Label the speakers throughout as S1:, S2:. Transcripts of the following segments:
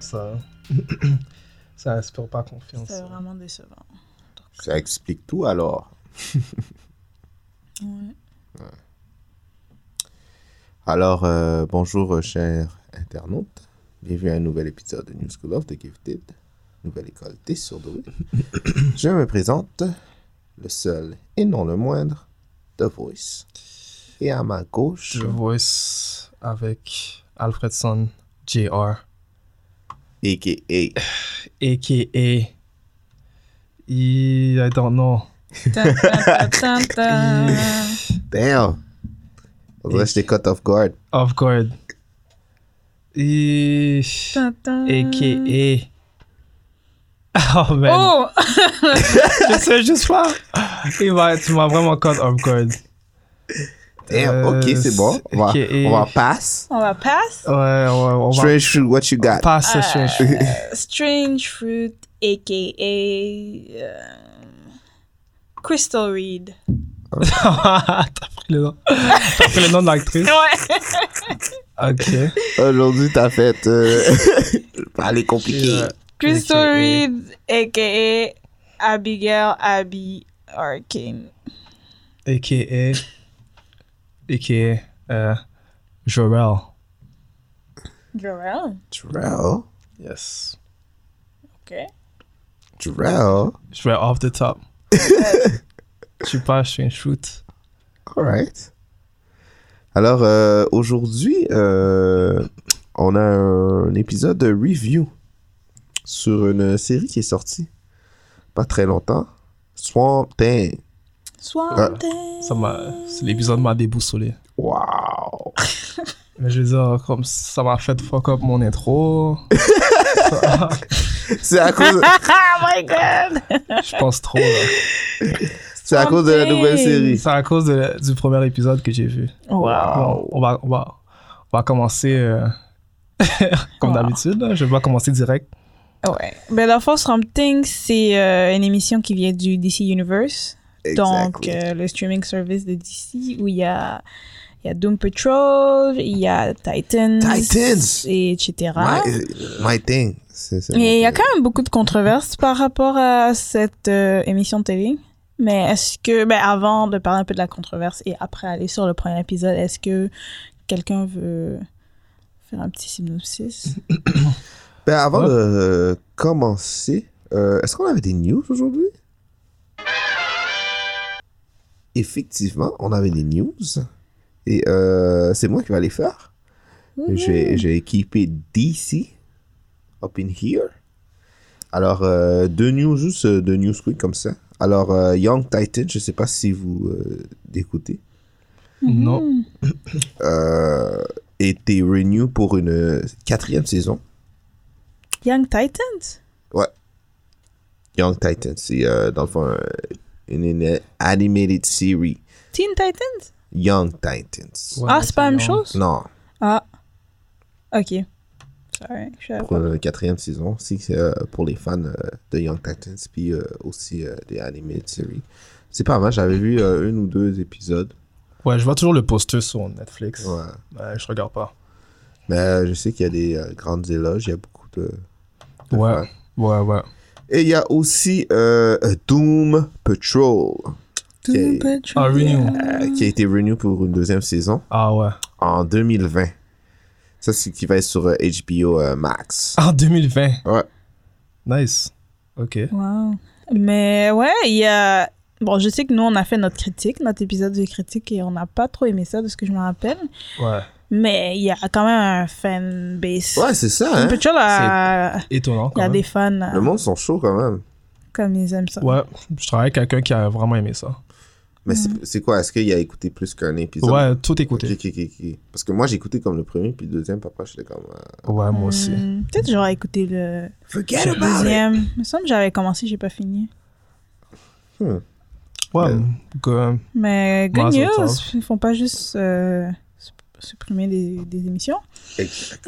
S1: ça. ça inspire pas confiance.
S2: C'est vraiment décevant.
S3: Ça explique tout alors.
S2: Ouais.
S3: Alors, euh, bonjour euh, chers internautes. Bienvenue à un nouvel épisode de New School of the Gifted, nouvelle école des surdoués. Je me présente, le seul et non le moindre, The Voice. Et à ma gauche,
S1: The Voice avec Alfredson Jr.
S3: a.k.a.
S1: A.K.A. I, I don't know.
S2: Tan, tan, tan, tan.
S3: Damn! On dirait que je t'ai cut off guard.
S1: Of guard. I...
S2: Tan, tan.
S1: A.K.A. Oh man,
S2: Oh!
S1: je sais juste pas. Il m'a- tu m'as vraiment cut off guard.
S3: Damn,
S1: Euh,
S3: ok, c'est bon. On va,
S1: aka.
S3: on va pass.
S2: On va passer.
S1: Ouais, ouais, on va
S3: Strange fruit, what you got?
S1: pas
S2: Euh.
S1: se chercher.
S2: Strange Fruit, a.k.a. euh, Crystal Reed.
S1: T'as pris le nom. T'as pris le nom de l'actrice.
S2: Ouais.
S1: Ok.
S3: Aujourd'hui, t'as fait. Euh... Parler compliqué.
S2: Crystal
S1: AKA.
S2: Reed, a.k.a. Abigail Abby Arkin.
S1: a.k.a. a.k.a. Euh, Jorel.
S2: Jarrell.
S3: Drell?
S1: Yes.
S2: OK.
S3: Drell?
S1: Je vais off the top. je suis pas, je suis un shoot.
S3: Alright. Alors, euh, aujourd'hui, euh, on a un épisode de review sur une série qui est sortie pas très longtemps. Swamp Thing.
S2: Swamp
S1: Ça m'a, c'est- l'épisode m'a déboussolé.
S3: Wow.
S1: Mais je veux dire, comme ça m'a fait fuck up mon intro.
S3: C'est à cause,
S2: Oh my god!
S1: Je pense trop. là.
S3: c'est à cause de la nouvelle série.
S1: C'est à cause de- du premier épisode que j'ai vu.
S2: Wow.
S1: Bon, on, va, on, va, on va commencer euh, comme
S2: Wow.
S1: d'habitude. là. Je vais pas commencer direct.
S2: Ouais. Ben, dans le fond, Swamp Thing, c'est euh, une émission qui vient du DC Universe. Donc,
S3: Exactly.
S2: euh, le streaming service de DC où il y a, il y a Doom Patrol, il y a Titans,
S3: Titans!
S2: et etc.
S3: My, my thing. C'est- c'est
S2: Et il y a
S3: mon-
S2: quand même beaucoup de controverses par rapport à cette euh, émission de télé. Mais est-ce que, ben, avant de parler un peu de la controverse et après aller sur le premier épisode, est-ce que quelqu'un veut faire un petit synopsis?
S3: Ben, avant
S1: Ouais.
S3: de euh, commencer, euh, est-ce qu'on avait des news aujourd'hui? Effectivement, on avait des news. Et euh, c'est moi qui vais les faire. J'ai J'ai équipé DC up in here. Alors, euh, deux news, juste euh, deux news quick comme ça. Alors, euh, Young Titan, je sais pas si vous euh, l'écoutez,
S1: Non.
S3: euh, était renew pour une euh, quatrième saison.
S2: Young Titans?
S3: Young Titans, c'est euh, dans le fond euh, une, une animated series.
S2: Teen Titans?
S3: Young Titans.
S1: Ouais,
S2: ah, c'est pas la même
S1: non.
S2: chose?
S3: Non,
S2: Ah. Ok. Sorry, je savais
S3: pour
S2: pas.
S3: la quatrième saison, c'est euh, pour les fans euh, de Young Titans, puis euh, aussi euh, des animated series. C'est pas mal, j'avais vu euh, une ou deux épisodes.
S1: Ouais, je vois toujours le poster sur Netflix.
S3: Ouais.
S1: Ouais, je regarde pas.
S3: Mais euh, je sais qu'il y a des euh, grandes éloges, il y a beaucoup de. de fans.
S1: Ouais, ouais, ouais.
S3: Et il y a aussi euh, Doom Patrol,
S2: Doom
S3: Ok.
S2: Patrol.
S1: Ah, Renew.
S3: euh, qui a été renew pour une deuxième saison
S1: Ah ouais.
S3: en 2020. Ça, c'est qui va être sur euh, HBO euh, Max.
S1: En 2020.
S3: Ouais.
S1: Nice. Ok.
S2: Wow. Mais ouais, il y a. Bon, je sais que nous, on a fait notre critique, notre épisode de critique, et on n'a pas trop aimé ça, de ce que je me rappelle.
S1: Ouais.
S2: Mais il y a quand même un fan base.
S3: Ouais, c'est ça,
S2: Doom
S3: hein.
S2: Patrol a.
S1: Étonnant.
S2: Il
S1: Quand
S2: y a
S1: même.
S2: des fans euh,
S3: Le monde sont chauds quand même.
S2: comme ils aiment ça.
S1: Ouais, je travaille avec quelqu'un qui a vraiment aimé ça.
S3: Mais c'est- c'est quoi Est-ce qu'il a écouté plus qu'un épisode
S1: Ouais, tout écouté.
S3: Ok, ok, ok, ok. Parce que moi, j'ai écouté comme le premier, puis le deuxième, papa, j'étais comme. euh,
S1: Ouais, moi aussi.
S2: Hmm, Peut-être j'aurais écouté le
S3: Forget
S2: deuxième. Il me semble que j'avais commencé, j'ai pas fini.
S1: Ouais,
S3: Euh,
S1: que-
S2: Mais
S1: Moi,
S2: Good
S1: ça me
S2: News,
S1: semble.
S2: ils font pas juste euh, sup- supprimer des, des émissions.
S3: Exact.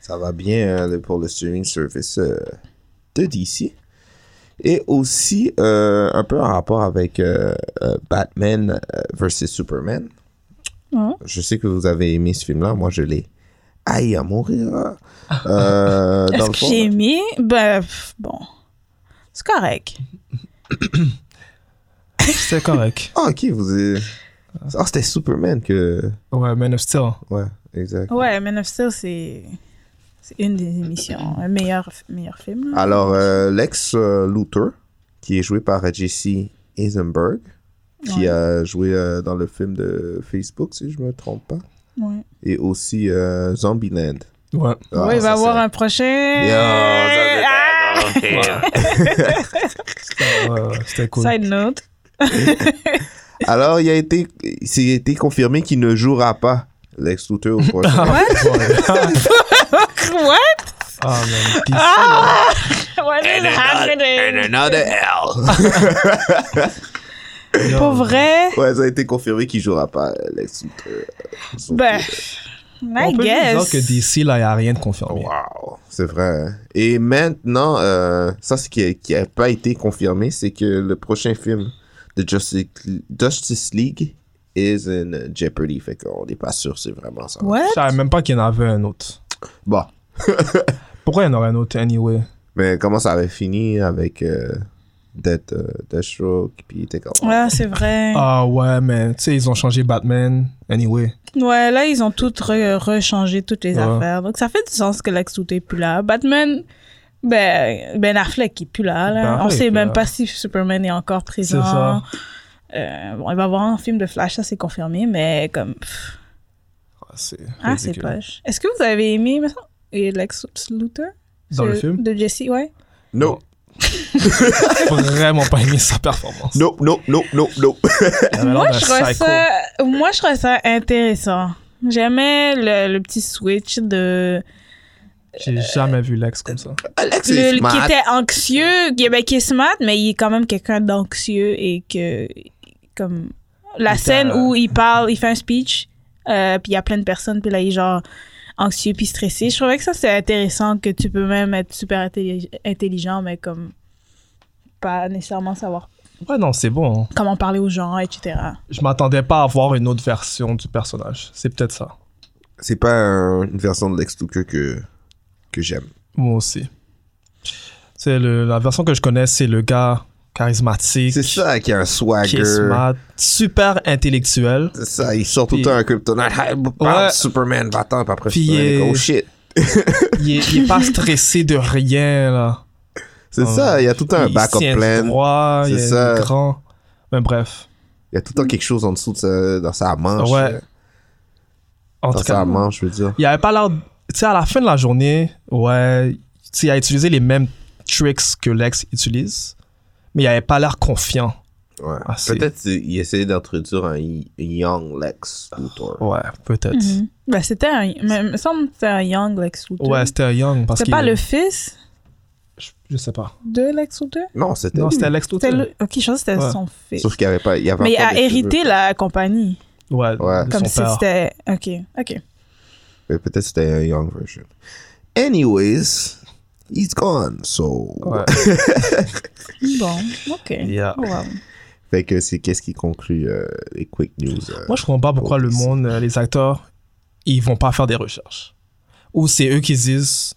S3: Ça va bien euh, le- pour le streaming service euh, de DC. Et aussi, euh, un peu en rapport avec euh, euh, Batman euh, versus Superman.
S2: Ouais.
S3: Je sais que vous avez aimé ce film-là. Moi, je l'ai haï à mourir. hein. Euh, dans
S2: Est-ce
S3: le
S2: que
S3: fond,
S2: j'ai aimé Ben, pff, bon. C'est correct.
S1: c'était correct.
S3: Ah, ok, vous avez- Ah, c'était Superman que...
S1: Ouais, Man of Steel.
S3: Ouais, exact.
S2: Ouais, Man of Steel, c'est c'est une des émissions. Un meilleur, meilleur film. là.
S3: Alors, euh, Lex euh, Luthor, qui est joué par euh, Jesse Eisenberg, qui
S2: Ouais.
S3: a joué euh, dans le film de Facebook, si je me trompe pas,
S2: Ouais.
S3: et aussi euh, Zombieland.
S1: Ouais.
S3: Ah,
S2: oui,
S3: ça,
S2: il va
S3: c'est-
S2: avoir un prochain.
S3: Yo, ça, c'est-
S2: Ah,
S1: Euh, c'était cool.
S2: Side note.
S3: Alors, il a été, c'est été confirmé qu'il ne jouera pas Lex Luthor au prochain.
S2: What?
S1: Ah, man. Peace.
S2: What is happening?
S3: another L.
S1: Yo.
S2: Pour vrai?
S3: ouais, ça a été confirmé qu'il jouera pas euh, Lex Luthor.
S2: Ben,
S1: On
S2: I
S1: peut juste dire
S2: guess.
S1: que d'ici, là, il n'y a rien de confirmé.
S3: Wow, c'est vrai. hein. Et maintenant, euh, ça, ce qui n'a pas été confirmé, c'est que le prochain film de Justice, Justice League is in Jeopardy. Fait qu'on n'est pas sûr, c'est vraiment ça.
S2: What?
S1: Je savais même pas qu'il y en avait un autre.
S3: Bon,
S1: Pourquoi il y en aurait un autre, anyway?
S3: mais comment ça avait fini avec euh, Death, euh, Deathstroke, puis il était comme...
S2: Ouais, c'est vrai.
S1: Ah ouais, mais tu sais, ils ont changé Batman, anyway.
S2: Ouais, là, ils ont toutes re- rechangé toutes les
S1: Ouais.
S2: affaires. Donc, ça fait du sens que Lex Luthor est plus là. Batman, ben, Ben Affleck est plus là. là.
S1: Ben Affleck
S2: On sait
S1: est
S2: même
S1: là.
S2: pas si Superman est encore présent.
S1: C'est ça.
S2: Euh, bon, il va avoir un film de Flash, ça c'est confirmé, mais comme. pff,
S1: Ah, c'est
S2: ah, c'est
S1: ridicule.
S2: poche. Est-ce que vous avez aimé, me semble, et Lex Luthor
S1: Dans le
S2: Ce-
S1: film?
S2: De Jesse, ouais.
S3: Non,
S1: Vraiment pas aimé sa performance.
S3: non, non, non, non, non.
S1: Il avait l'air
S2: Moi
S1: d'un
S2: je, trouvais
S1: psycho.
S2: ça, moi, je trouvais ça intéressant. J'aimais le, le petit switch de.
S1: J'ai jamais vu Lex comme ça.
S3: Alex
S2: le-
S3: est
S2: le- qui
S3: smart.
S2: était anxieux, qui, ben, qui est smart, mais il est quand même quelqu'un d'anxieux et que. Comme. La
S1: Il
S2: scène
S1: t'a-
S2: où il parle, il fait un speech, euh, puis il y a plein de personnes, puis là, il est genre anxieux puis stressé. Je trouvais que ça, c'est intéressant que tu peux même être super intelli- intelligent, mais comme. Pas nécessairement savoir
S1: Ouais, non, c'est bon. hein.
S2: comment parler aux gens, etc.
S1: Je m'attendais pas à voir une autre version du personnage. C'est peut-être ça.
S3: C'est pas un- une version de Lex Luthor que, que j'aime.
S1: Moi aussi. C'est le- la version que je connais, c'est le gars charismatique,
S3: C'est ça qui a un swagger.
S1: qui est smart, super intellectuel.
S3: C'est ça, il sort tout le
S1: Puis-
S3: temps un Kryptonite. Hey, parle, Superman, va-t'en, puis après,
S1: Puis euh,
S3: Superman est
S1: il est-
S3: comme, oh shit.
S1: Il est, il est pas stressé de rien, là.
S3: C'est ça, il y a tout le temps un
S1: Il
S3: backup
S1: tient
S3: plan.
S1: droit,
S3: C'est
S1: il est
S3: ça.
S1: grand. Mais bref.
S3: Il y a tout le temps quelque chose en dessous de sa, dans sa manche. euh,
S1: Ouais. En
S3: Dans
S1: tout
S3: sa
S1: cas,
S3: manche, je veux dire.
S1: il avait pas l'air. Tu sais, à la fin de la journée, ouais, tu sais, il a utilisé les mêmes tricks que Lex utilise, mais il avait pas l'air confiant.
S3: Ouais.
S1: Ah, c'est-
S3: Peut-être qu'il essayait d'introduire un y- Young Lex Luthor.
S1: Ouais, peut-être.
S2: Mhm. Ben, c'était un. mais Il me semble que c'était un Young Lex Luthor.
S1: Ouais, c'était Young parce
S2: C'est
S1: qu'il.
S2: pas le fils
S1: je, je sais pas.
S2: de Lex Luthor
S3: Non, c'était.
S1: Non,
S3: lui.
S1: c'était Lex
S2: C'était
S1: Luthor.
S2: le- Ok, je pense que c'était
S1: Ouais.
S2: son fils.
S3: Sauf qu'il n'y avait pas. Il y avait
S2: Mais il
S3: encore
S2: a
S3: des
S2: hérité
S3: cheveux.
S2: la compagnie.
S1: Ouais,
S3: Ouais.
S1: de
S2: Comme si
S1: son père.
S2: c'était. Ok, ok.
S3: Mais Peut-être c'était un Young version. Anyways, he's gone, so.
S1: Ouais.
S2: Bon, ok. Oh,
S1: Yeah.
S2: Wow.
S3: Fait que c'est qu'est-ce qui conclut euh, les quick news. euh.
S1: Moi, je comprends pas pourquoi le monde, euh, les acteurs, ils vont pas faire des recherches. Ou c'est eux qui disent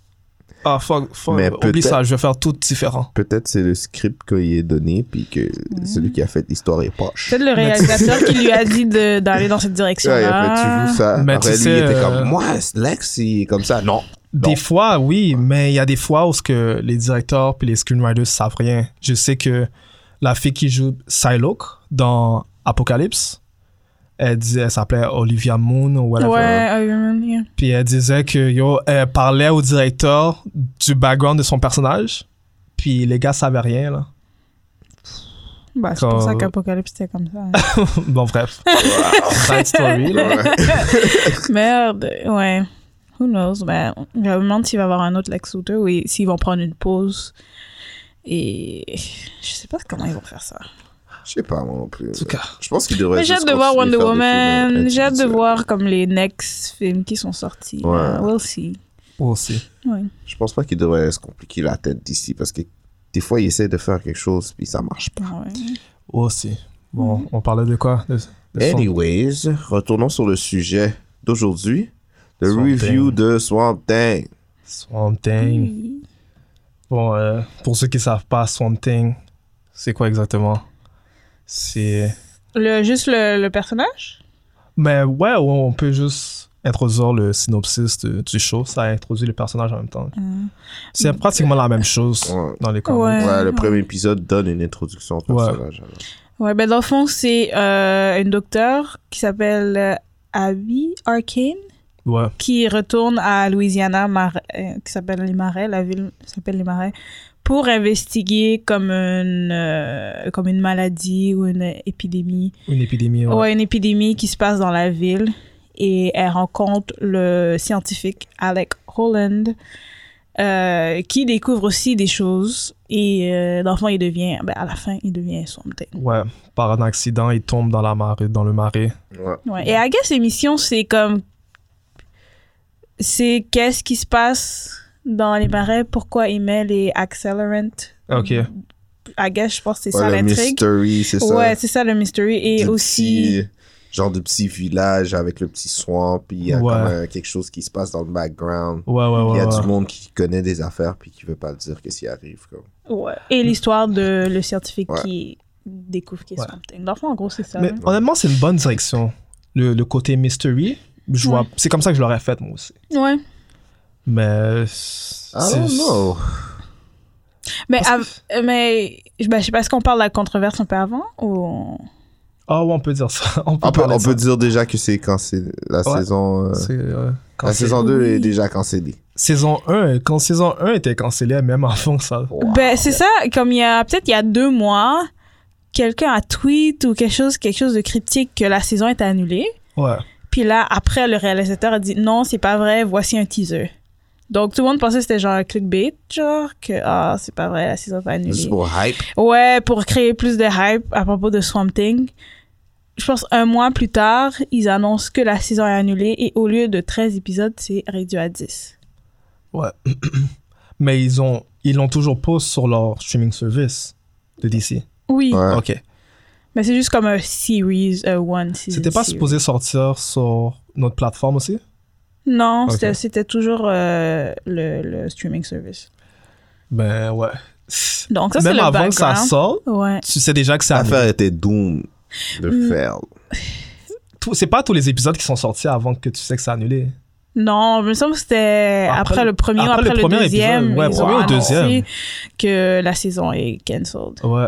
S1: Ah, fuck, fuck,
S3: Mais
S1: oublie
S3: peut-être-
S1: ça, je vais faire tout différent.
S3: Peut-être c'est le script qu'il est donné, puis que celui qui a fait l'histoire est poche.
S2: Mm. Peut-être le réalisateur qui lui a dit de- d'aller dans cette
S3: Ouais, après,
S2: direction-là.
S3: tu joues ça.
S1: Mais
S3: après,
S1: tu
S3: lui,
S1: sais,
S3: il était
S1: euh,
S3: comme, moi, c'est Lex, il est comme ça. Non.
S1: Des
S3: Non.
S1: fois, oui, mais il y a des fois où ce que les directeurs puis les screenwriters savent rien. Je sais que la fille qui joue Psylocke dans Apocalypse, elle, disait, elle s'appelait Olivia Moon ou whatever.
S2: ouais, euh, yeah.
S1: Puis elle disait que yo, elle parlait au directeur du background de son personnage. Puis les gars savaient rien là.
S2: Bah, c'est
S1: Quand-
S2: pour ça qu'Apocalypse c'était comme ça. hein.
S1: bon, bref. Side story, là.
S2: Merde, ouais. Who knows? Ben, je me demande s'il va y avoir un autre Lex Luthor ou i- s'ils vont prendre une pause. Et je sais pas comment ils vont faire ça.
S3: Je sais pas, moi non plus.
S1: En tout cas.
S3: Je pense qu'il devrait
S2: Mais J'ai hâte de voir Wonder Woman.
S3: euh,
S2: J'ai hâte de voir comme les next films qui sont sortis.
S3: Ouais.
S2: Euh, we'll see.
S1: Moi aussi.
S2: Ouais.
S3: Je pense pas qu'il devrait se compliquer la tête d'ici parce que des fois, il essaie de faire quelque chose puis ça marche pas.
S2: Ah ouais.
S1: Moi aussi. Bon, on parlait de quoi de, de son-
S3: Anyways, retournons sur le sujet d'aujourd'hui. Le
S1: Swamp
S3: review
S1: Thing.
S3: de Swamp Thing.
S1: Swamp Thing.
S2: Oui.
S1: Bon, euh, pour ceux qui savent pas, Swamp Thing, c'est quoi exactement C'est.
S2: Le, juste le, le personnage?
S1: Mais ouais, on on peut juste introduire le synopsis de- du show. Ça introduit le personnage en même temps. C'est pratiquement la même chose
S3: Ouais.
S1: dans les comics.
S2: Euh, Ouais.
S3: Ouais, le premier épisode donne une introduction au
S1: Ouais.
S3: personnage. alors.
S2: Ouais, ben dans le fond, c'est euh, une docteure qui s'appelle euh, Abby Arcane.
S1: Ouais.
S2: qui retourne à Louisiana, Mar- euh, qui s'appelle Les Marais, la ville s'appelle Les Marais, pour investiguer comme une, euh, comme une maladie ou une épidémie.
S1: Une épidémie.
S2: Ouais.
S1: Ouais.
S2: une épidémie qui se passe dans la ville. Et elle rencontre le scientifique Alec Holland, euh, qui découvre aussi des choses. Et euh, dans le fond, il devient, ben, à la fin, il devient Swamp Thing.
S1: Ouais. Par un accident, il tombe dans la marée, dans le marais.
S3: Ouais.
S2: Ouais. Et I guess l'émission, c'est comme. C'est qu'est-ce qui se passe dans les marais, pourquoi il met les accelerants.
S1: Ah, Ok.
S2: Mm. I guess, je pense que c'est
S3: Ouais,
S2: ça
S3: le
S2: l'intrigue.
S3: mystery, c'est ça.
S2: Ouais, c'est ça le mystery. Et
S3: Du
S2: aussi.
S3: petit- genre de petit village avec le petit swamp, puis il y a
S1: Ouais.
S3: comme, euh, quelque chose qui se passe dans le background.
S1: Ouais, ouais,
S3: Il
S1: ouais.
S3: y a
S1: ouais.
S3: du monde qui connaît des affaires puis qui veut pas le dire qu'est-ce qui arrive. Comme.
S2: ouais. Et l'histoire de le scientifique
S3: Ouais.
S2: qui découvre qu'il est
S1: Ouais.
S2: Swamp Thing. Dans le fond, en gros, c'est ça.
S1: Mais
S2: hein.
S1: honnêtement, c'est une bonne direction. Le, le côté mystery, je vois-
S2: Ouais.
S1: c'est comme ça que je l'aurais fait moi aussi.
S2: hein. Ouais.
S1: Mais.
S3: I
S1: c'est-
S3: don't know.
S2: Mais,
S1: Parce
S2: av- euh, mais ben, je sais pas, est-ce qu'on parle de la controverse un peu avant ou.
S1: Ah ouais, on peut dire ça. On peut,
S3: On peut,
S1: parler
S3: on
S1: de
S3: peut
S1: ça.
S3: dire déjà que c'est quand c'est la
S1: Ouais.
S3: saison. euh,
S1: C'est, euh, quand
S3: la
S1: c'est-
S3: saison 2 est
S2: Oui.
S3: déjà cancellée.
S1: Saison 1, quand saison 1 était cancellée, même avant ça.
S2: Ben, c'est ça, comme il y a peut-être il y a deux mois, quelqu'un a tweet ou quelque chose, quelque chose de critique que la saison est annulée.
S1: Ouais.
S2: Puis là, après, le réalisateur a dit non, c'est pas vrai, voici un teaser. Donc tout le monde pensait que c'était genre un clickbait, genre que ah, c'est pas vrai, la saison est annulée.
S3: Juste pour hype.
S2: Ouais, pour créer plus de hype à propos de Swamp Thing. Je pense un mois plus tard, ils annoncent que la saison est annulée et au lieu de 13 épisodes, c'est réduit à 10.
S1: Ouais. Mais ils ont ils l'ont toujours pas sur leur streaming service de DC.
S2: Oui,
S3: Ouais.
S1: Ok.
S2: mais c'est juste comme un series, un one season.
S1: C'était pas
S2: series.
S1: supposé sortir sur notre plateforme aussi
S2: Non,
S1: Ok.
S2: c'était- c'était toujours euh, le, le streaming service.
S1: Ben ouais.
S2: Donc ça, c'est
S1: même
S2: le
S1: avant que ça
S2: background.
S1: sorte,
S2: Ouais.
S1: tu sais déjà que ça.
S3: L'affaire était doom de
S2: Mm.
S3: faire.
S1: Tout- C'est pas tous les épisodes qui sont sortis avant que tu sais que c'est annulé.
S2: Non, il me semble que c'était après,
S1: Après le-
S2: le premier ou
S1: après
S2: après,
S1: le
S2: le,
S1: premier
S2: deuxième.
S1: épisode. Ouais,
S2: ils ont
S1: premier ou
S2: annoncé
S1: deuxième.
S2: Que la saison est cancelled.
S1: Ouais.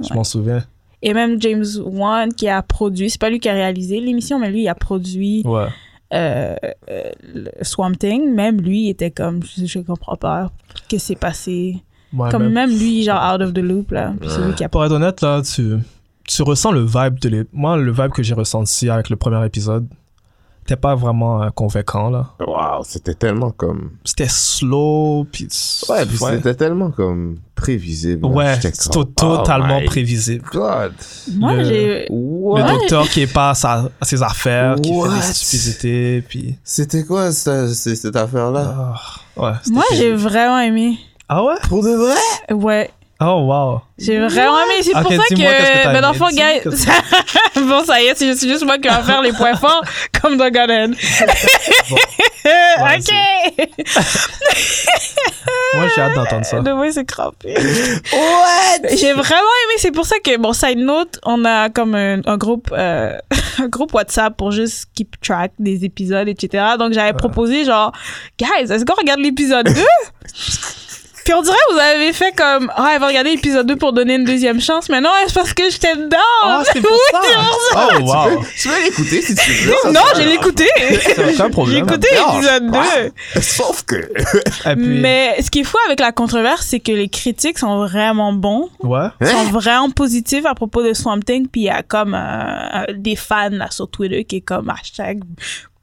S1: Je
S2: Ouais.
S1: m'en souviens.
S2: Et même James Wan qui a produit, c'est pas lui qui a réalisé l'émission, mais lui, il a produit
S1: Ouais.
S2: euh, euh, le Swamp Thing. Même lui était comme, je, je comprends pas, qu'est-ce qui s'est passé.
S1: Ouais,
S2: comme
S1: même-
S2: même lui, genre out of the loop, là. Puis c'est lui qui a
S1: Pour être honnête, là, tu, tu ressens le vibe de les... Moi, le vibe que j'ai ressenti avec le premier épisode, t'es pas vraiment euh, convaincant, là.
S3: Waouh, c'était tellement comme.
S1: C'était slow, puis...
S3: Ouais, puis
S1: ouais.
S3: c'était tellement comme prévisible.
S1: Ouais,
S3: J'étais
S1: c'était
S3: comme,
S1: totalement
S3: oh my
S1: prévisible.
S3: God.
S2: Moi,
S1: Le-
S2: j'ai.
S1: Le
S3: What?
S1: docteur qui est pas à, sa- à ses affaires, qui fait
S3: What?
S1: des stupidités, puis...
S3: C'était quoi ça- c'est- cette affaire-là?
S1: Ah, ouais, c'était-
S2: Moi, j'ai vraiment aimé.
S1: Ah ouais?
S3: Pour de vrai?
S2: Ouais.
S1: Oh, wow.
S2: J'ai vraiment aimé. C'est
S1: Ok,
S2: pour ça que.
S1: dis-moi qu'est-ce que t'as
S2: mais dans le
S1: aimé,
S2: fond,
S1: dis
S2: guys-
S1: qu'est-ce
S2: bon, ça y est, c'est c'est juste moi qui vais faire les points forts comme dans Godhead.
S1: Ouais,
S2: ok!
S1: Moi, j'ai hâte d'entendre ça.
S2: Le voix s'est crampé. What? J'ai vraiment aimé. C'est pour ça que, bon, side note, on a comme un, un groupe, euh, un groupe WhatsApp pour juste keep track des épisodes, etc. Donc, j'avais proposé, genre, guys, est-ce qu'on regarde l'épisode 2? Puis on dirait que vous avez fait comme Ah, elle va regarder l'épisode 2 pour donner une deuxième chance, mais non, c'est parce que j'étais dedans.
S1: Ah, c'est pour
S2: Oui,
S1: ça.
S2: c'est pour ça.
S1: Oh, wow.
S3: Tu veux l'écouter si tu veux. ça,
S2: Non,
S3: c'est-
S2: je l'ai écouté.
S1: C'est aucun
S2: J'ai
S1: problème.
S2: écouté l'épisode 2.
S3: Sauf que.
S1: Et puis,
S2: Mais ce qui est fou avec la controverse, c'est que les critiques sont vraiment bons,
S1: ouais.
S2: sont vraiment positives à propos de Swamp Thing, puis il y a comme euh, des fans là, sur Twitter qui est comme hashtag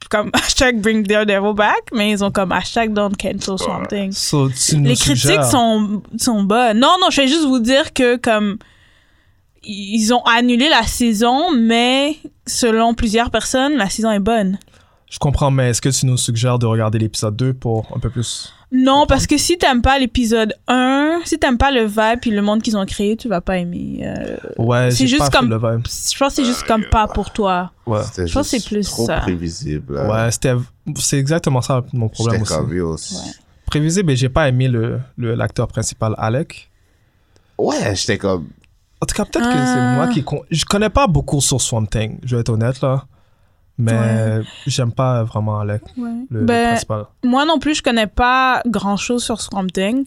S2: comme hashtag bring Daredevil back, mais ils ont comme hashtag don't cancel Swamp Thing.
S1: So, tu nous
S2: les critiques
S1: suggères-
S2: sont, sont bonnes. Non, non, je vais juste vous dire que comme ils ont annulé la saison, mais selon plusieurs personnes, la saison est bonne.
S1: Je comprends, mais est-ce que tu nous suggères de regarder l'épisode 2 pour un peu plus
S2: Non, parce que si t'aimes pas l'épisode 1, si t'aimes pas le vibe puis le monde qu'ils ont créé, tu vas pas aimer. euh,
S1: Ouais,
S2: C'est
S1: j'ai
S2: juste
S1: pas fait
S2: comme-
S1: le vibe.
S2: je pense que c'est juste comme pas pour toi.
S1: Ouais.
S3: C'était
S2: Je pense que
S3: juste
S2: c'est plus
S3: trop
S2: ça.
S3: prévisible.
S2: Euh,
S1: Ouais, c'était c'est exactement ça mon problème aussi.
S3: J'étais aussi.
S1: Prévisible, et j'ai pas aimé le le- l'acteur principal Alec.
S3: Ouais, j'étais comme.
S1: En tout cas, peut-être que
S2: Ah.
S1: c'est moi qui con- je connais pas beaucoup sur Swamp Thing, je vais être honnête là. Mais
S2: Ouais.
S1: j'aime pas vraiment Alec, le, le
S2: Ben,
S1: principal.
S2: Moi non plus, je connais pas grand chose sur Swamp Thing,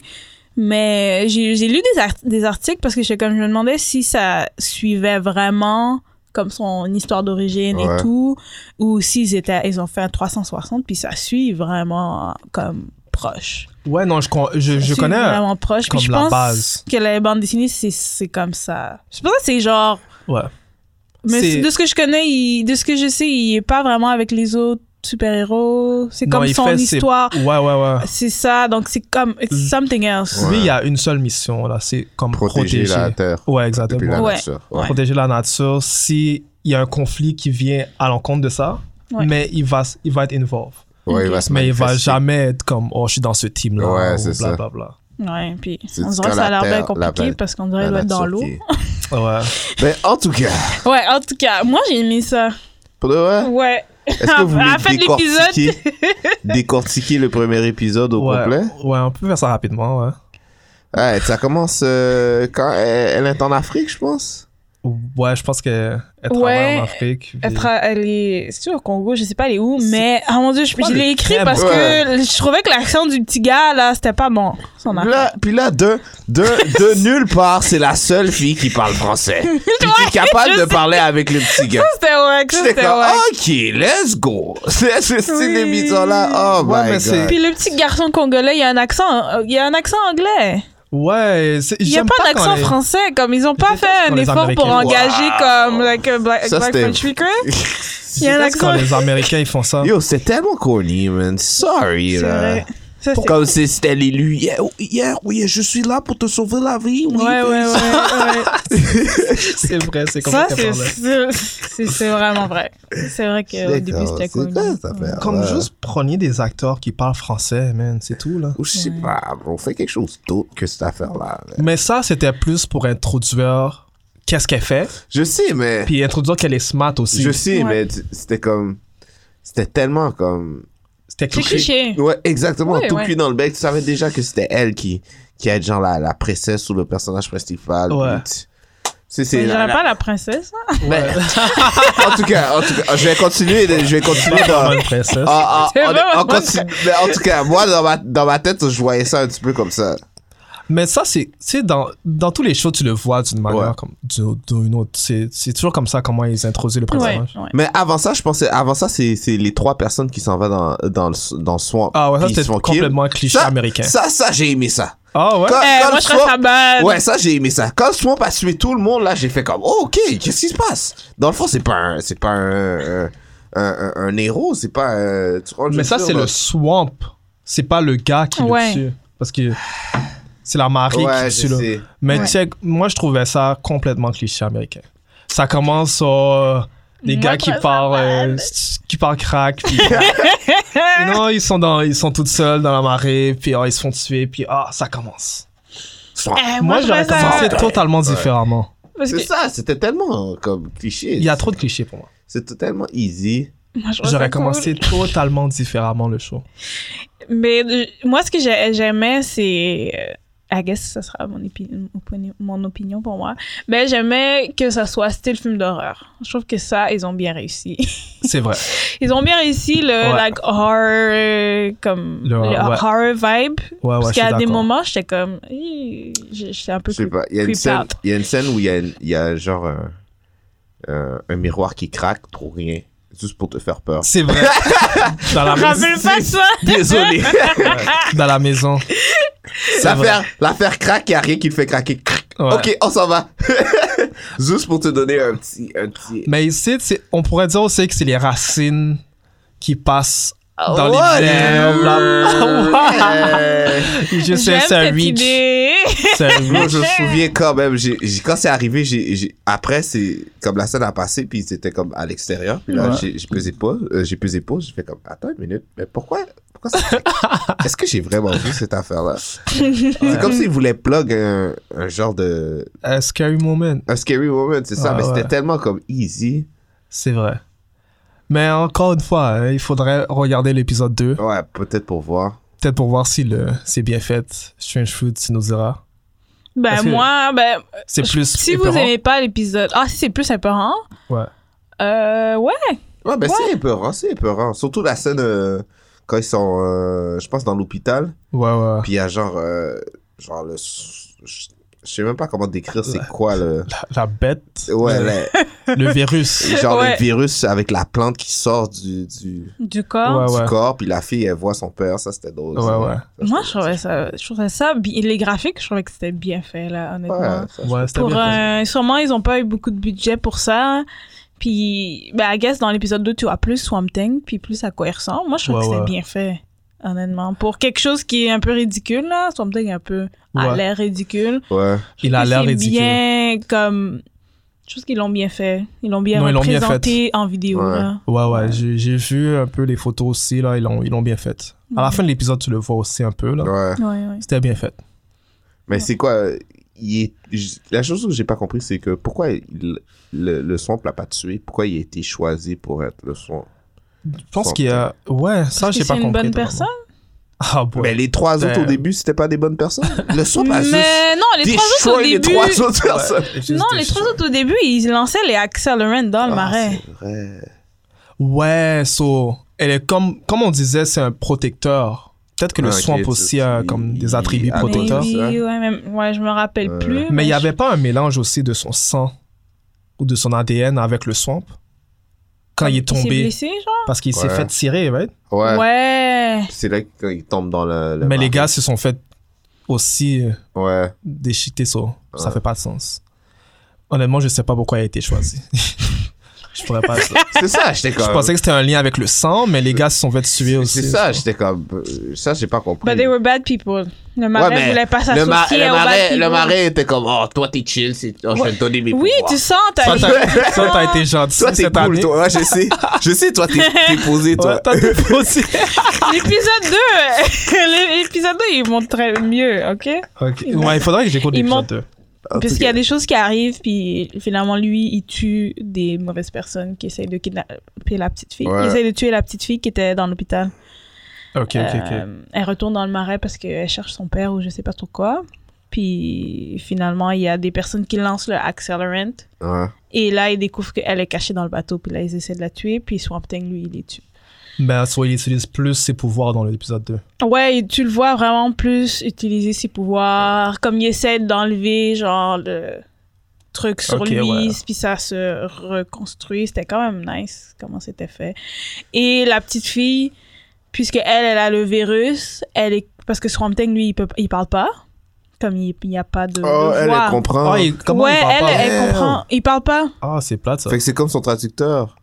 S2: mais j'ai j'ai lu des, art- des articles parce que j'étais comme je me demandais si ça suivait vraiment comme son histoire d'origine
S3: Ouais.
S2: et tout, ou s'ils étaient, ils ont fait un 360 puis ça suit vraiment comme proche.
S1: Ouais, non, je con- je, je
S2: C'est
S1: connais euh,
S2: vraiment proche. Puis
S1: comme
S2: je
S1: la
S2: pense
S1: base.
S2: que la bande dessinée, c'est- c'est comme ça. Je pense que c'est genre.
S1: Ouais.
S2: Mais
S1: C'est-
S2: c'est- de ce que je connais, il- de ce que je sais, il est pas vraiment avec les autres super-héros. C'est
S1: Non,
S2: comme
S1: il
S2: son
S1: fait ses-
S2: histoire.
S1: Ouais, ouais, ouais.
S2: C'est ça. Donc c'est comme. It's
S1: Mm.
S2: something else.
S1: Lui, il y a une seule mission là, c'est comme
S3: Protéger
S1: protéger.
S3: la terre.
S1: Ouais,
S3: Depuis
S1: exactement.
S3: la
S2: Ouais.
S3: nature.
S2: Ouais.
S1: protéger la nature si il y a un conflit qui vient à l'encontre de ça
S2: Ouais.
S1: mais il va s- il va être involved
S3: Ouais, il va se
S1: mais il va
S3: manifester.
S1: jamais être comme oh je suis dans ce team là
S3: Ouais,
S1: ou
S3: c'est ça.
S1: blablabla.
S2: Ouais. Puis
S3: C'est
S2: on dirait
S3: quand
S2: que ça
S3: la
S2: a l'air bien
S3: Terre, la
S2: compliqué
S3: planète-
S2: parce qu'on dirait qu'il doit
S3: La
S2: être dans
S3: nature
S2: l'eau.
S3: qui-
S1: ouais
S3: Mais en tout cas,
S2: Ouais. En tout cas, moi j'ai aimé ça.
S3: pour de vrai,
S2: Ouais.
S3: est-ce que vous
S2: À la fin
S3: voulez
S2: de l'épisode.
S3: décortiquer, décortiquer le premier épisode au
S1: ouais.
S3: complet
S1: ouais on peut faire ça rapidement ouais
S3: Ouais, ça commence euh, quand elle, elle est en Afrique, je pense.
S1: ouais je pense que elle travaille
S2: Ouais,
S1: en Afrique puis-
S2: Elle, tra- elle est, c'est au Congo, je sais pas elle est où, mais ah mon dieu, je,
S1: crois
S2: je
S1: le
S2: l'ai écrit
S1: thème.
S2: parce
S3: Ouais.
S2: que je trouvais que l'accent du petit gars là, c'était pas bon. Son
S3: Puis
S2: accent.
S3: là, puis là de, de, de nulle part, c'est la seule fille qui parle français. Puis qui est capable
S2: je
S3: de
S2: sais.
S3: parler avec le petit gars.
S2: C'était wack, ça,
S3: J'étais
S2: c'était
S3: comme,
S2: wack.
S3: ok, let's go. C'est ce style
S2: Oui.
S3: d'émission là. Oh
S1: Ouais,
S3: my
S1: mais c'est-
S3: god.
S2: Puis le petit garçon congolais, il y a un accent, euh, il y a un accent anglais.
S1: ouais c'est-
S2: Il y a
S1: j'aime
S2: pas,
S1: pas quand
S2: d'accent
S1: les-
S2: français, comme ils ont pas
S1: déteste
S2: fait
S1: quand
S2: un
S1: les
S2: effort pour
S1: Américains-
S2: engager
S3: Wow.
S2: comme like a black,
S3: Ça,
S2: black
S3: c'était-
S2: French speaker. Il y a un
S1: J'aime quand
S2: accent.
S1: les Américains ils font ça
S3: Yo, c'est tellement corny, man. Sorry,
S2: C'est
S3: là.
S2: vrai. Ça, c'est-
S3: Comme si c'était l'élu. oh, Hier, hier, oui, je suis là pour te sauver la vie. Oui,
S2: Ouais, ouais, ouais, ouais.
S1: c'est vrai c'est comme
S2: Ça,
S1: ça qu'elle
S2: c'est-
S1: parlait.
S2: c'est c'est- c'est vraiment vrai. C'est vrai qu'au
S3: J'étais
S2: début,
S3: comme,
S2: c'était
S3: c'est
S2: cool. hein.
S3: quoi cette affaire?
S1: comme
S3: Ouais.
S1: juste prenez des acteurs qui parlent français man c'est tout là
S3: Ou je sais pas, bro. Fais quelque chose d'autre que cette affaire-là. là.
S1: mais ça c'était plus pour introduire qu'est-ce qu'elle fait
S3: Je sais, mais.
S1: Puis introduire qu'elle est smart aussi.
S3: Je sais,
S2: Ouais.
S3: mais tu- c'était comme. C'était tellement comme.
S1: C'était
S2: C'est
S1: cliché.
S2: cliché.
S3: Ouais, exactement.
S2: Ouais,
S3: tout
S2: ouais.
S3: cuit dans le bec. Tu savais déjà que c'était elle qui, qui est genre la, la princesse ou le personnage principal.
S1: Ouais.
S3: Puis tu- Tu sais,
S2: Je
S3: c'est. la-
S2: dirais
S3: la-
S2: pas la princesse. hein.
S3: Ben, en tout cas, en tout cas, je vais continuer, de- je vais continuer dans. ah,
S1: Bonne princesse.
S3: en- en-
S2: C'est
S3: en-
S2: pas
S3: en
S2: vraiment
S3: continu- mais en tout cas, moi, dans ma, dans ma tête, je voyais ça un petit peu comme ça.
S1: Mais ça, c'est. Tu sais, dans, dans tous les shows, tu le vois d'une manière
S3: Ouais.
S1: comme d'une d'une autre. C'est c'est toujours comme ça comment ils introduisent le
S2: Ouais,
S1: personnage.
S2: ouais.
S3: Mais avant ça, je pensais, avant ça, c'est c'est les trois personnes qui s'en vont dans, dans, le, dans le swamp.
S1: Ah ouais, ça
S3: Puis ils se
S1: c'était
S3: font kill.
S1: complètement cliché
S3: Ça-
S1: américain.
S3: Ça, ça, j'ai aimé ça.
S1: Ah ouais?
S3: Quand-
S2: Eh,
S3: quand
S2: moi,
S3: le
S2: je serais
S3: swamp-
S2: sa balle.
S3: Ouais, ça, j'ai aimé ça. Quand Swamp a tué tout le monde, là, j'ai fait comme, oh, ok, qu'est-ce qui se passe? Dans le fond, c'est pas un, c'est pas un, un, un- un- un héros, c'est pas un, tu vois, je
S1: Mais ça,
S3: veux
S1: c'est
S3: dire, euh,
S1: le
S3: là.
S1: swamp. C'est pas le gars qui
S2: Ouais.
S1: le tue. Parce que c'est la marée
S3: Ouais,
S1: qui
S3: je
S1: tue. Là.
S3: sais.
S1: Mais
S2: Ouais.
S1: tu sais, moi, je trouvais ça complètement cliché américain. Ça commence sur euh, les
S2: Moi,
S1: gars
S2: je
S1: qui
S2: trouve ça
S1: parlent, euh,
S2: mal.
S1: qui parlent crack. Puis, Et non, ils sont, dans, ils sont toutes seuls dans la marée. Puis oh, ils se font tuer. Puis ah, ça commence.
S3: Swamp.
S2: Eh,
S1: Moi,
S2: je
S1: j'aurais
S2: trouvais ça-
S1: commencé totalement différemment.
S2: parce que-
S3: C'est ça, c'était tellement euh, comme cliché.
S1: Eh, Il y a trop de clichés pour moi.
S3: C'était tellement easy.
S2: moi, je trouvais ça
S1: J'aurais
S2: Oh, cool.
S1: commencé totalement différemment le show.
S2: Mais euh, moi, ce que j'ai- j'aimais, c'est euh, I guess ce sera mon, épi- opini- mon opinion pour moi. Mais j'aimais que ça soit style film d'horreur. Je trouve que ça, ils ont bien réussi.
S1: C'est vrai.
S2: Ils ont bien réussi le
S1: Ouais.
S2: like, horror, euh, comme
S1: Le
S2: le,
S1: horror, ouais.
S2: horror vibe.
S1: Ouais, ouais,
S2: parce
S1: je
S2: qu'il y
S1: suis
S2: a des
S1: d'accord.
S2: moments, j'étais comme, Ih, j- j'étais un peu
S3: Je sais
S2: creep-
S3: pas. Il y a une
S2: creeped
S3: scène,
S2: out.
S3: il y a une scène où il y a, une- il y a genre un, un- un miroir qui craque pour rien, juste pour te faire peur.
S1: C'est vrai. Dans la,
S2: Je me
S1: maison,
S2: rappelle pas Ah, ça.
S3: Désolé.
S1: dans la maison. C'est vrai.
S3: l'affaire, l'affaire craque, il y a rien qui le fait craquer. Crac.
S1: Ouais.
S3: Ok, on s'en va. juste pour te donner un petit, un petit.
S1: Mais ici, c'est- on pourrait dire aussi que c'est les racines qui passent dans les
S3: Whatever. Euh,
S1: Je sais,
S2: J'aime
S1: c'est un
S2: cette
S1: reach.
S2: idée.
S1: C'est un
S3: Moi,
S1: reach.
S3: je me souviens quand même, j'ai, j'ai- quand c'est arrivé, j'ai, j'ai- après, c'est comme la scène a passé, puis c'était comme à l'extérieur, puis là,
S1: Ouais.
S3: j'ai, j'ai pesé pause, euh, j'ai pesé pause, j'ai fait comme, attends une minute, mais pourquoi, pourquoi ça- Est-ce que j'ai vraiment vu cette affaire-là? C'est comme s'ils voulaient plug un, un genre de,
S1: Un Euh, scary moment.
S3: un scary moment, c'est ça,
S1: Ouais,
S3: mais
S1: Ah ouais.
S3: c'était tellement comme easy.
S1: C'est vrai. Mais encore une fois, hein, il faudrait regarder l'épisode 2.
S3: Ouais, peut-être pour voir.
S1: Peut-être pour voir si le c'est bien fait. Strange Fruit, tu nous diras. Parce
S2: Ben,
S1: que-
S2: moi, ben,
S1: C'est plus.
S2: si vous
S1: épeurant.
S2: aimez pas l'épisode, ah, si c'est plus épeurant,
S1: Ouais.
S2: euh, ouais,
S3: Ouais, ben c'est épeurant, c'est épeurant. Surtout la scène euh, quand ils sont, euh, je pense, dans l'hôpital.
S1: Ouais, ouais.
S3: Puis il y a genre, euh, genre le. Je je sais même pas comment décrire c'est quoi le.
S1: La, la bête.
S3: Ouais,
S1: le,
S3: le-
S1: le virus.
S3: genre
S2: Ouais.
S3: le virus avec la plante qui sort du, du, du
S2: du corps.
S1: Ah Ouais, ouais.
S3: corps, puis la fille elle voit son père, ça c'était drôle.
S1: Ouais,
S3: ça.
S1: ouais.
S3: Ça, c'était-
S2: Moi, je trouvais ça, je trouvais ça, bi- les graphiques, je trouvais que c'était bien fait, là, honnêtement.
S3: Ouais, ça,
S1: Ouais, c'était
S2: pour
S1: bien. fait.
S2: euh, sûrement ils ont pas eu beaucoup de budget pour ça puis ben I guess dans l'épisode 2 tu vois plus Swamp Thing puis plus à quoi il ressemble moi je trouve
S1: Ouais,
S2: que
S1: ouais.
S2: c'est bien fait honnêtement pour quelque chose qui est un peu ridicule là Swamp Thing est un peu
S1: Ouais.
S2: a l'air ridicule
S3: ouais.
S1: Il a
S2: Puis
S1: l'air
S2: c'est
S1: ridicule.
S2: bien comme je trouve qu'ils l'ont bien fait ils l'ont bien
S1: Non, ils l'ont bien
S2: représenté en vidéo
S3: Ouais.
S2: là.
S1: Ouais, ouais. J'ai j'ai vu un peu les photos aussi. là Ils l'ont ils l'ont bien fait. À la fin de l'épisode, tu le vois aussi un peu. là.
S3: ouais.
S2: Ouais, ouais.
S1: C'était bien fait.
S3: Mais c'est quoi euh, il est- j- La chose que j'ai pas compris, c'est que pourquoi il- le, le swamp l'a pas tué Pourquoi il a été choisi pour être le swamp
S1: Je pense qu'il y a. Ouais, ça,
S2: Parce que
S1: j'ai pas compris.
S2: c'est une bonne
S1: totalement.
S2: personne
S1: Ah, bon.
S3: Mais les trois autres
S1: Euh.
S3: au début, c'était pas des bonnes personnes Le swamp a juste
S2: mais non les trois autres au
S3: destroy les
S2: début
S3: trois autres
S1: Ouais,
S3: personnes
S1: juste
S2: non
S1: des
S2: les trois
S1: choses.
S2: autres au début ils lançaient les accelerants dans le
S3: Ah,
S2: marais
S3: c'est vrai.
S1: Ouais, so, elle est comme, comme on disait, c'est un protecteur. Peut-être que le
S3: Ah, ok,
S1: swamp
S3: tu-
S1: aussi a
S3: tu-
S1: comme des
S3: il-
S1: attributs
S3: ah,
S1: protecteurs.
S2: Maybe,
S3: ça.
S2: ouais, mais- ouais, je me rappelle
S3: Ouais.
S2: plus.
S1: Mais il n'y
S2: je-
S1: avait pas un mélange aussi de son sang ou de son ADN avec le swamp quand il est
S2: s'est
S1: tombé
S2: blessé, genre?
S1: parce qu'il s'est
S3: Ouais.
S1: fait tirer, right?
S3: Ouais.
S2: Ouais.
S3: C'est là qu'il tombe dans le. le
S1: Mais les
S3: marais.
S1: gars se sont fait aussi euh,
S3: Ouais.
S1: déchiqueter, so, ça
S3: Ouais.
S1: fait pas de sens. Honnêtement, je sais pas pourquoi il a été choisi. je pourrais pas. Je
S3: C'est ça, j'étais comme.
S1: pensais que c'était un lien avec le sang, mais les gars se sont fait tuer aussi.
S3: C'est ça,
S1: so.
S3: j'étais comme. euh, Ça, j'ai pas compris.
S2: But they were bad people. Le marais
S3: mais
S2: voulait pas s'associer
S3: Le, ma- le
S2: aux bad
S3: marais,
S2: people.
S3: le marais était comme, oh, toi, t'es chill, c'est... oh, je vais te donner mes
S2: Oui,
S3: pouvoirs.
S2: tu sens, t'as
S1: Toi,
S2: les...
S1: t'as toi, t'as été gentil
S3: Toi, t'es
S1: cette
S3: cool,
S1: année.
S3: toi. Ouais, je sais. Je sais, toi, t'es, t'es posé, toi.
S1: Ouais, toi, t'es posé.
S2: L'épisode 2, l'épisode 2, il montrait mieux, OK?
S1: Ok.
S2: Il
S1: Ouais, il faudrait que j'écoute
S2: il
S1: l'épisode
S2: monte-
S1: 2.
S3: En tout
S2: Parce qu'il y a
S3: cas,
S2: des choses qui arrivent, puis finalement, lui, il tue des mauvaises personnes qui essayent de kidnapper la petite fille.
S3: Ouais.
S2: Il essaye de tuer la petite fille qui était dans l'hôpital.
S1: Ok, ok, ok.
S2: Euh, elle retourne dans le marais parce qu'elle cherche son père ou je sais pas trop quoi. Puis finalement, il y a des personnes qui lancent le accelerant.
S3: ouais.
S2: Et là, ils découvrent qu'elle est cachée dans le bateau. Puis là, ils essaient de la tuer. Puis Swamp Thing, lui, il les tue.
S1: Ben, soit il utilise plus ses pouvoirs dans l'épisode 2.
S2: Ouais, et tu le vois vraiment plus utiliser ses pouvoirs. Comme il essaie d'enlever, genre, le truc sur
S1: Ok,
S2: lui.
S1: ouais.
S2: Puis ça se reconstruit. C'était quand même nice comment c'était fait. Et la petite fille, puisque elle, elle a le virus, elle est... parce que Swamp Thing, lui, il, peut... il parle pas. Comme il n'y a pas de.
S3: Oh,
S2: de
S3: elle,
S2: voix.
S3: elle comprend.
S1: Ah, il- comment
S2: ouais,
S1: il parle
S2: elle,
S1: pas?
S2: elle comprend. Il parle pas.
S1: Ah, c'est plate, ça.
S3: Fait que c'est comme son traducteur.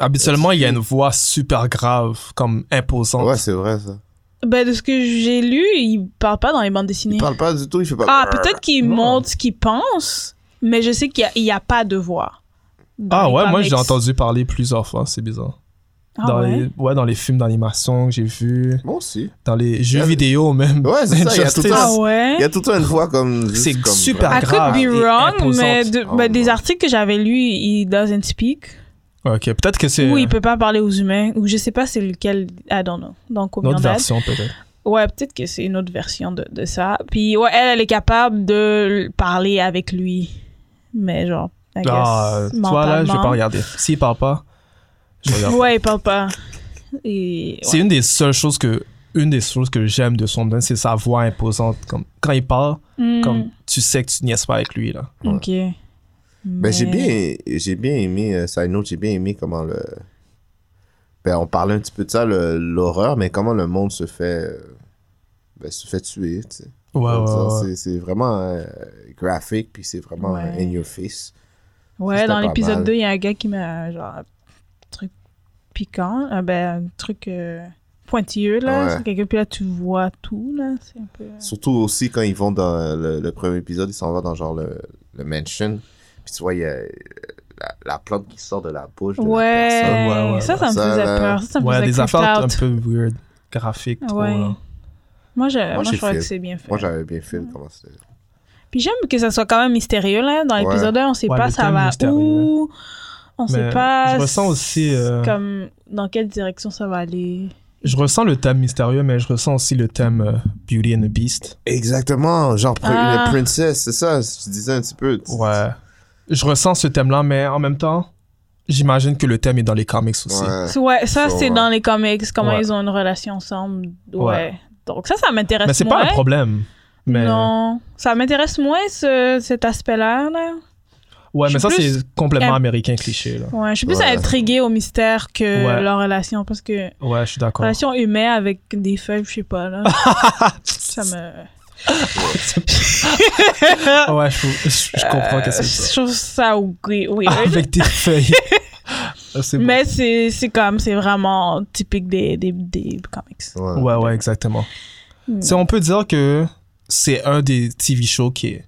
S1: Habituellement, il y a une voix super grave, comme imposante.
S3: Ouais, c'est vrai, ça.
S2: Ben, de ce que j'ai lu, il parle pas dans les bandes dessinées.
S3: Il parle pas du tout, il fait pas.
S2: Ah, peut-être qu'il
S1: Non.
S2: montre ce qu'il pense, mais je sais qu'il n'y a, pas de voix. dans
S1: ah
S2: les
S1: ouais, moi,
S2: comics.
S1: j'ai entendu parler plusieurs fois, c'est bizarre.
S2: Ah
S1: dans,
S2: ouais?
S1: Les, ouais, dans les films d'animation que j'ai vus,
S3: Bon, si.
S1: dans les jeux
S3: Ouais.
S1: vidéo même.
S3: Ouais, c'est ça, il y a tout le temps.
S2: Ah
S1: Injustice.
S2: ouais?
S3: Il y a tout le temps une voix comme. juste
S1: C'est
S3: comme-
S1: super
S2: I could
S1: grave
S2: be
S1: et
S2: wrong, mais
S1: imposante.
S2: de-
S3: Oh,
S2: ben, des
S3: non.
S2: articles que j'avais lus, il doesn't speak.
S1: Ok, peut-être que c'est
S2: Ou il peut pas parler aux humains, ou je sais pas c'est lequel, I don't know. Donc,
S1: une autre version, peut-être.
S2: Ouais, peut-être que c'est une autre version de, de ça. Puis ouais, elle, elle est capable de l- parler avec lui. Mais genre, I guess,
S1: Ah, euh, tu vois, là, je vais pas
S2: mentalement.
S1: regarder. S'il parle pas, je regarde. pas.
S2: Ouais, il parle pas. Et, ouais.
S1: C'est une des seules choses que une des choses que j'aime de Swamp Thing, c'est sa voix imposante. Comme, quand il parle,
S2: Hmm,
S1: comme tu sais que tu niaises pas avec lui. Là.
S2: Ok.
S3: Ben, j'ai
S2: Mais-
S3: bien, j'ai bien aimé, euh, side note, j'ai bien aimé comment le. Ben, on parlait un petit peu de ça, le- l'horreur, mais comment le monde se fait. euh, Ben, se fait tuer, tu sais.
S1: Ouais, ouais,
S3: Je veux dire,
S1: ouais.
S3: c'est- C'est vraiment euh, graphique, puis c'est vraiment
S2: Ouais.
S3: euh, in your face.
S2: Ouais,
S3: C'était
S2: dans
S3: pas
S2: l'épisode
S3: mal.
S2: 2, il y a un gars qui m'a genre un truc piquant, un, ben, un truc euh, pointilleux là,
S3: Ouais.
S2: sur quelqu'un puis là tu vois tout là, c'est un peu
S3: Surtout aussi quand ils vont dans le, le premier épisode, ils s'en vont dans genre le, le mansion, puis tu vois, il y a euh, la, la plante qui sort de la bouche de la
S2: Ouais,
S3: personne.
S1: Ouais, ouais,
S2: ça ça
S3: ouais.
S2: me
S3: Ça,
S2: faisait
S3: là-
S2: peur, ça, ça me
S1: Ouais,
S2: faisait
S1: des
S2: creep
S1: affaires
S2: out.
S1: un peu weird, graphiques. trop,
S2: Ouais.
S1: là.
S2: Moi je moi,
S3: j'ai
S2: je trouvais
S3: fait.
S2: que c'est bien fait.
S3: Moi, j'avais bien fait comment c'était.
S2: Puis j'aime que ça soit quand même mystérieux là, dans
S3: Ouais.
S2: l'épisode 1, on sait
S1: Ouais,
S2: pas
S1: le
S2: ça
S1: thème
S2: va
S1: mystérieux.
S2: où. On
S1: Mais
S2: sait pas
S1: je ressens aussi, euh,
S2: comme dans quelle direction ça va aller.
S1: Je ressens le thème mystérieux, mais je ressens aussi le thème euh, Beauty and the Beast.
S3: Exactement, genre pr-
S2: Ah.
S3: le princess, c'est ça, tu disais un petit peu. tu-
S1: Ouais. Je ressens ce thème-là, mais en même temps, j'imagine que le thème est dans les comics aussi.
S3: Ouais.
S2: Ouais, ça
S3: So,
S2: c'est
S3: ouais.
S2: dans les comics, comment
S1: euh, Ouais.
S2: ils ont une relation ensemble. Ouais.
S1: Ouais.
S2: Donc ça, ça m'intéresse
S1: Mais c'est pas
S2: moins.
S1: un problème. Mais...
S2: Non, ça m'intéresse moins ce- cet aspect-là. Là.
S1: Ouais,
S2: Je
S1: mais
S2: suis
S1: ça,
S2: plus-
S1: c'est complètement
S2: Euh,
S1: américain cliché. Là.
S2: Ouais, je suis plus
S3: Ouais.
S2: intriguée au mystère que
S1: Ouais. Oh.
S2: leur relation parce que
S1: Ouais, je suis d'accord.
S2: relation humaine avec des feuilles, je sais pas là. ça me.
S1: Ouais, je, je- je comprends que
S2: Euh,
S1: c'est ça.
S2: je trouve ça we- weird.
S1: Avec des feuilles. Ah, c'est bon.
S2: Mais c'est c'est comme, c'est vraiment typique des, des, des comics.
S3: Ouais.
S1: Ouais, ouais, exactement.
S2: Mm.
S1: Tu sais, on peut dire que c'est un des TV shows qui est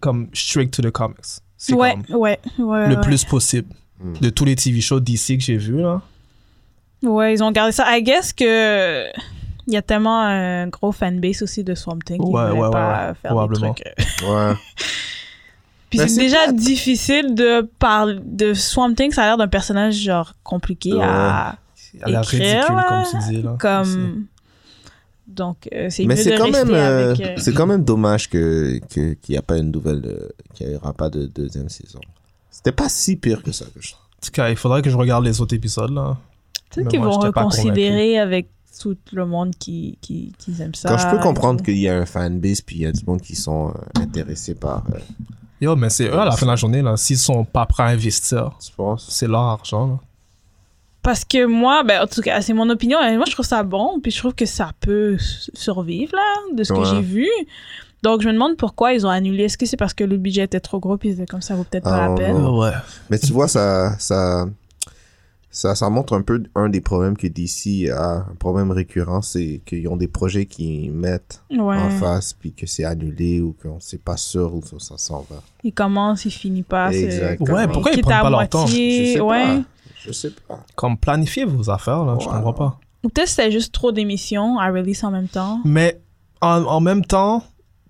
S1: comme straight to the comics. C'est
S2: Ouais,
S1: comme
S2: ouais, ouais.
S1: le
S2: ouais.
S1: plus possible.
S3: Mm.
S1: De tous les TV shows d'ici que j'ai vu là.
S2: Ouais, ils ont gardé ça. I guess que il y a tellement un gros fanbase aussi de Swamp Thing qu'ils
S1: Ouais,
S2: voulaient
S1: ouais,
S2: pas
S1: ouais, ouais,
S2: faire des
S1: probablement.
S2: trucs. euh.
S3: Ouais.
S2: Puis
S3: Ben,
S2: c'est
S3: c'est
S2: déjà
S3: plate.
S2: difficile de parler de Swamp Thing, ça a l'air d'un personnage genre compliqué à
S1: Elle a l'air
S2: Écrire,
S1: ridicule,
S2: là,
S1: comme tu dis là. aussi.
S2: comme donc euh, c'est mieux
S3: Mais c'est
S2: de
S3: quand,
S2: rester
S3: même, euh,
S2: avec euh,
S3: c'est quand même dommage que- que- qu'il n'y a pas une nouvelle, euh, qu'il n'y aura pas de deuxième saison. C'était pas si pire que ça que je
S1: En tout cas, il faudrait que je regarde les autres épisodes là.
S2: peut-être
S1: mais
S2: qu'ils
S1: moi,
S2: vont
S1: j'étais pas
S2: reconsidérer avec tout le monde qui qui, qui aime ça.
S3: Quand je peux comprendre
S2: et
S3: qu'il y a un fanbase puis il y a du monde qui sont euh, intéressés par, euh,
S1: Yo, mais c'est eux à la fin de la journée là. S'ils sont pas prêts à investir,
S3: tu penses
S1: c'est hein, leur argent là.
S2: tout. Parce que moi, ben en tout cas, c'est mon opinion. et Moi, je trouve ça bon, puis je trouve que ça peut s- survivre là, de ce que
S3: Ouais.
S2: j'ai vu. Donc je me demande pourquoi ils ont annulé. Est-ce que c'est parce que le budget était trop gros, puis ils étaient comme ça vaut peut-être pas
S3: Ah,
S2: la
S3: non,
S2: peine.
S3: non.
S1: Ouais.
S3: Mais tu vois, ça, ça, ça, ça montre un peu un des problèmes que DC a, un problème récurrent, c'est qu'ils ont des projets qui mettent
S2: Ouais.
S3: en face puis que c'est annulé ou qu'on sait pas sûr où ça- ça s'en va.
S2: Il commence, il finit pas. c'est-
S3: Exactement.
S1: Ouais, pourquoi ils
S2: Quitte
S1: prennent
S2: à
S1: pas leur
S2: moitié.
S1: temps
S3: Je sais
S2: ouais.
S3: pas. Je sais pas.
S1: Comme planifiez vos affaires là, je
S3: Ouais.
S1: comprends pas.
S2: Ou peut-être c'était juste trop d'émissions à release en même temps.
S1: Mais en, en même temps,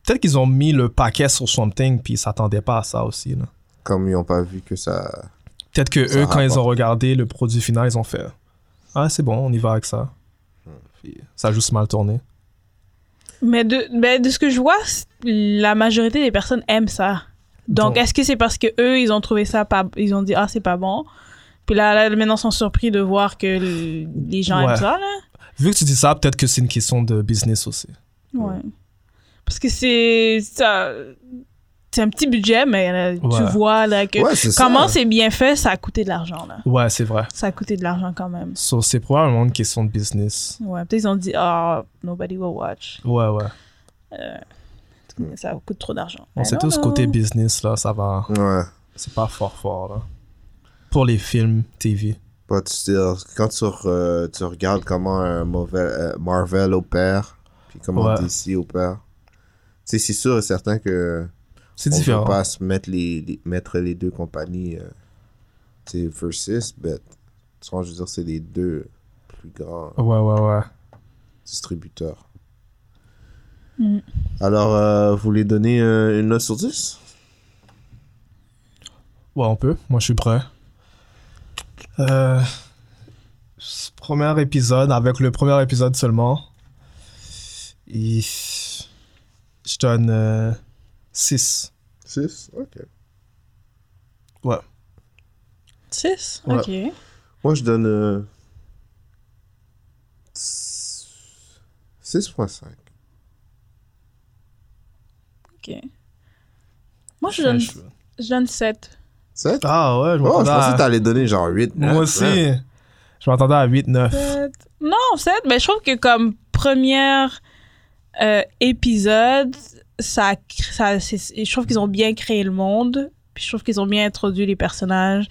S1: peut-être qu'ils ont mis le paquet sur something puis ils s'attendaient pas à ça aussi. là.
S3: Comme ils n'ont pas vu que ça.
S1: Peut-être que
S3: Ça
S1: eux, quand ils ont
S3: rapporte.
S1: regardé le produit final, ils ont fait Ah, c'est bon, on y va avec ça.
S3: Hmm.
S1: Puis ça a juste mal tourné.
S2: Mais de, ben, de ce que je vois, c- la majorité des personnes aiment ça. Donc,
S1: Donc-
S2: est-ce que c'est parce que eux ils ont trouvé ça pas. Ils ont dit, ah, c'est pas bon. Puis là, là, maintenant, ils sont surpris de voir que le- les gens
S1: Ouais.
S2: aiment ça, là.
S1: Vu que tu dis ça, peut-être que c'est une question de business aussi.
S2: Ouais. Parce que c'est. ça- C'est un petit budget, mais là, tu
S1: Ouais.
S2: vois, là, que.
S3: Ouais, c'est ça.
S2: comment c'est bien fait, ça a coûté de l'argent, là.
S1: Ouais, c'est vrai.
S2: Ça a coûté de l'argent quand même.
S1: So, c'est probablement une question de business.
S2: Ouais, peut-être ils ont dit, ah, nobody will watch.
S1: Ouais, ouais.
S2: Ça coûte trop d'argent.
S1: On
S2: Ben
S1: sait
S2: non,
S1: tous
S2: non.
S1: côté business, là, ça va.
S3: Ouais.
S1: C'est pas fort, fort, là. Pour les films, TV.
S3: But still, quand tu, re- tu regardes comment un mauvais, euh, Marvel opère, puis comment
S1: Ouais.
S3: DC opère, tu sais, c'est sûr et certain que.
S1: C'est
S3: on
S1: différent.
S3: peut pas se mettre les, les- mettre les deux compagnies euh, tu sais, versus, mais tu vois, je veux dire, c'est les deux plus grands
S1: Ouais, ouais, ouais.
S3: distributeurs.
S2: Mm.
S3: Alors, euh, vous voulez donner euh, une note sur 10
S1: Ouais, on peut. Moi, je suis prêt. Euh, ce premier épisode, avec le premier épisode seulement, il- je donne euh, 6.
S3: 6 Ok.
S1: ouais.
S2: 6
S3: Ouais.
S2: Ok.
S3: Moi, je donne. euh, 6.5.
S2: Ok. Moi, je donne,
S1: Je-
S2: je donne 7.
S3: 7
S1: Ah ouais, je
S3: Oh, je
S1: m'attendais
S3: pensais que
S1: à...
S3: t'allais donner genre 8.
S1: Moi aussi. Je m'attendais à 8-9.
S2: 7. Non, 7. Mais je trouve que comme premier euh, épisode, ça, cr- ça, c'est- je trouve qu'ils ont bien créé le monde. Puis je trouve qu'ils ont bien introduit les personnages.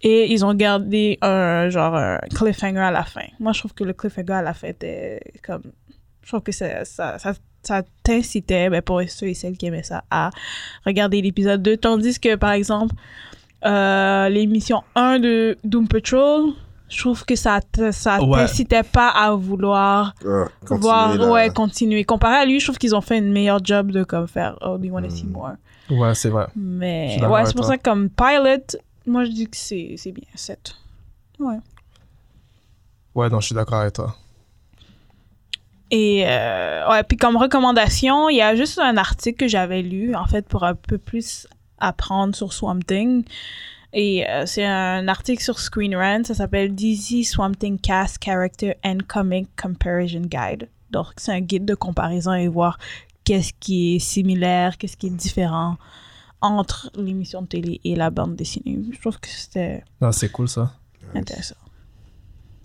S2: Et ils ont gardé un genre un cliffhanger à la fin. Moi, je trouve que le cliffhanger à la fin était comme. Je trouve que ça, ça, ça, ça t'incitait, ben, pour ceux et celles qui aimaient ça, à regarder l'épisode 2. Tandis que, par exemple, euh, l'émission 1 de Doom Patrol, je trouve que ça t- ça
S1: Ouais.
S2: t'incitait pas à vouloir
S3: Ah,
S2: voir, ouais, continuer. Comparé à lui, je trouve qu'ils ont fait une meilleure job de comme faire Oh, do you want to see
S3: Hmm.
S2: more?
S1: Ouais, c'est vrai. Je suis
S2: Mais
S1: d'accord
S2: ouais,
S1: avec
S2: c'est pour
S1: toi.
S2: ça que comme pilot, moi je dis que c'est c'est bien, 7.
S1: Ouais, non, je suis d'accord avec toi.
S2: Et euh, ouais, puis comme recommandation, il y a juste un article que j'avais lu, en fait, pour un peu plus apprendre sur Swamp Thing. Et euh, c'est un article sur Screen Rant, ça s'appelle Dizzy Swamp Thing Cast Character and Comic Comparison Guide. Donc, c'est un guide de comparaison et voir qu'est-ce qui est similaire, qu'est-ce qui est différent entre l'émission de télé et la bande dessinée. Je trouve que c'était
S1: Non, c'est cool ça.
S2: intéressant.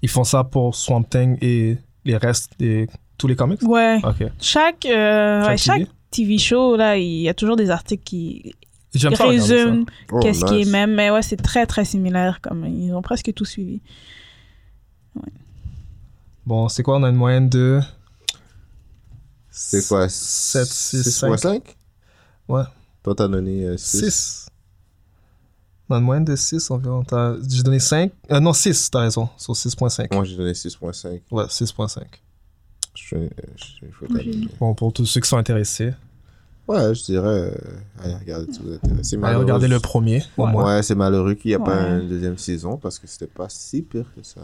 S1: Ils font ça pour Swamp Thing et les restes des. Tous les comics
S2: Ouais,
S1: Ok.
S2: chaque, euh, ouais, chaque
S1: Fatigué?
S2: TV show, là, il y a toujours des articles qui
S1: J'aime ça regarder ça.
S2: résume
S3: Oh,
S2: qu'est-ce qui
S3: nice.
S2: est même. Mais ouais, c'est très très similaire. Comme ils ont presque tout suivi.
S1: Bon, c'est quoi On a une moyenne de.
S3: C'est quoi
S1: 7, 6, 5.
S3: 6.5
S1: Ouais.
S3: Toi, t'as donné euh, 6.
S1: 6. On a une moyenne de 6 environ. T'as- J'ai donné 5. non, 6, t'as raison. Sur 6.5.
S3: Moi, j'ai donné 6.5.
S1: Ouais, 6.5.
S3: Je- euh, je- il faut que t'as
S2: j'ai-
S3: donné.
S1: Bon, pour tous ceux qui sont intéressés,
S3: Ouais, je dirais. euh, allez, regardez si vous êtes intéressé.
S1: allez
S3: Malheureux-
S1: regarder le premier, au
S2: Ouais.
S1: moins.
S3: Ouais, c'est malheureux qu'il n'y a pas
S2: Ouais.
S3: une deuxième saison parce que c'était pas si pire que ça.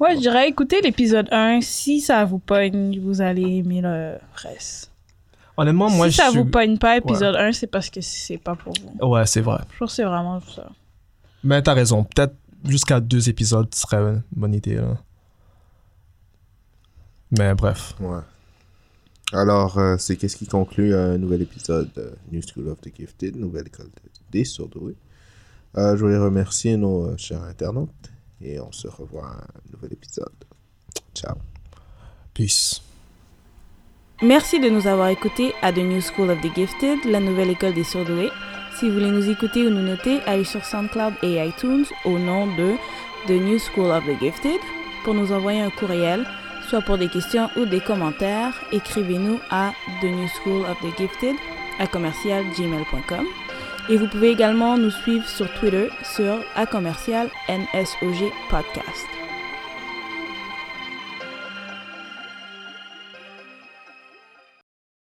S2: Ouais, je dirais écoutez l'épisode 1. Si ça vous pogne, vous allez aimer le reste.
S1: Honnêtement, moi,
S2: si
S1: je
S2: ça
S1: suis-
S2: vous pogne pas épisode 1, c'est parce que c'est pas pour vous.
S1: Ouais, c'est vrai.
S2: Je trouve que c'est vraiment ça.
S1: Mais t'as raison. Peut-être jusqu'à deux épisodes ce serait une bonne idée. là. Mais bref.
S3: Ouais. Alors, euh, c'est qu'est-ce qui conclut un nouvel épisode de New School of the Gifted, nouvelle école de- des surdoués. Euh, je voulais remercier nos euh, chers internautes et on se revoit à un nouvel épisode. Ciao.
S1: Peace.
S4: Merci de nous avoir écoutés à The New School of the Gifted, la nouvelle école des surdoués. Si vous voulez nous écouter ou nous noter, allez sur SoundCloud et iTunes au nom de The New School of the Gifted pour nous envoyer un courriel, soit pour des questions ou des commentaires. Écrivez-nous à The New School of the Gifted à commercialgmail.com. Et vous pouvez également nous suivre sur Twitter sur à commercial NSOG Podcast.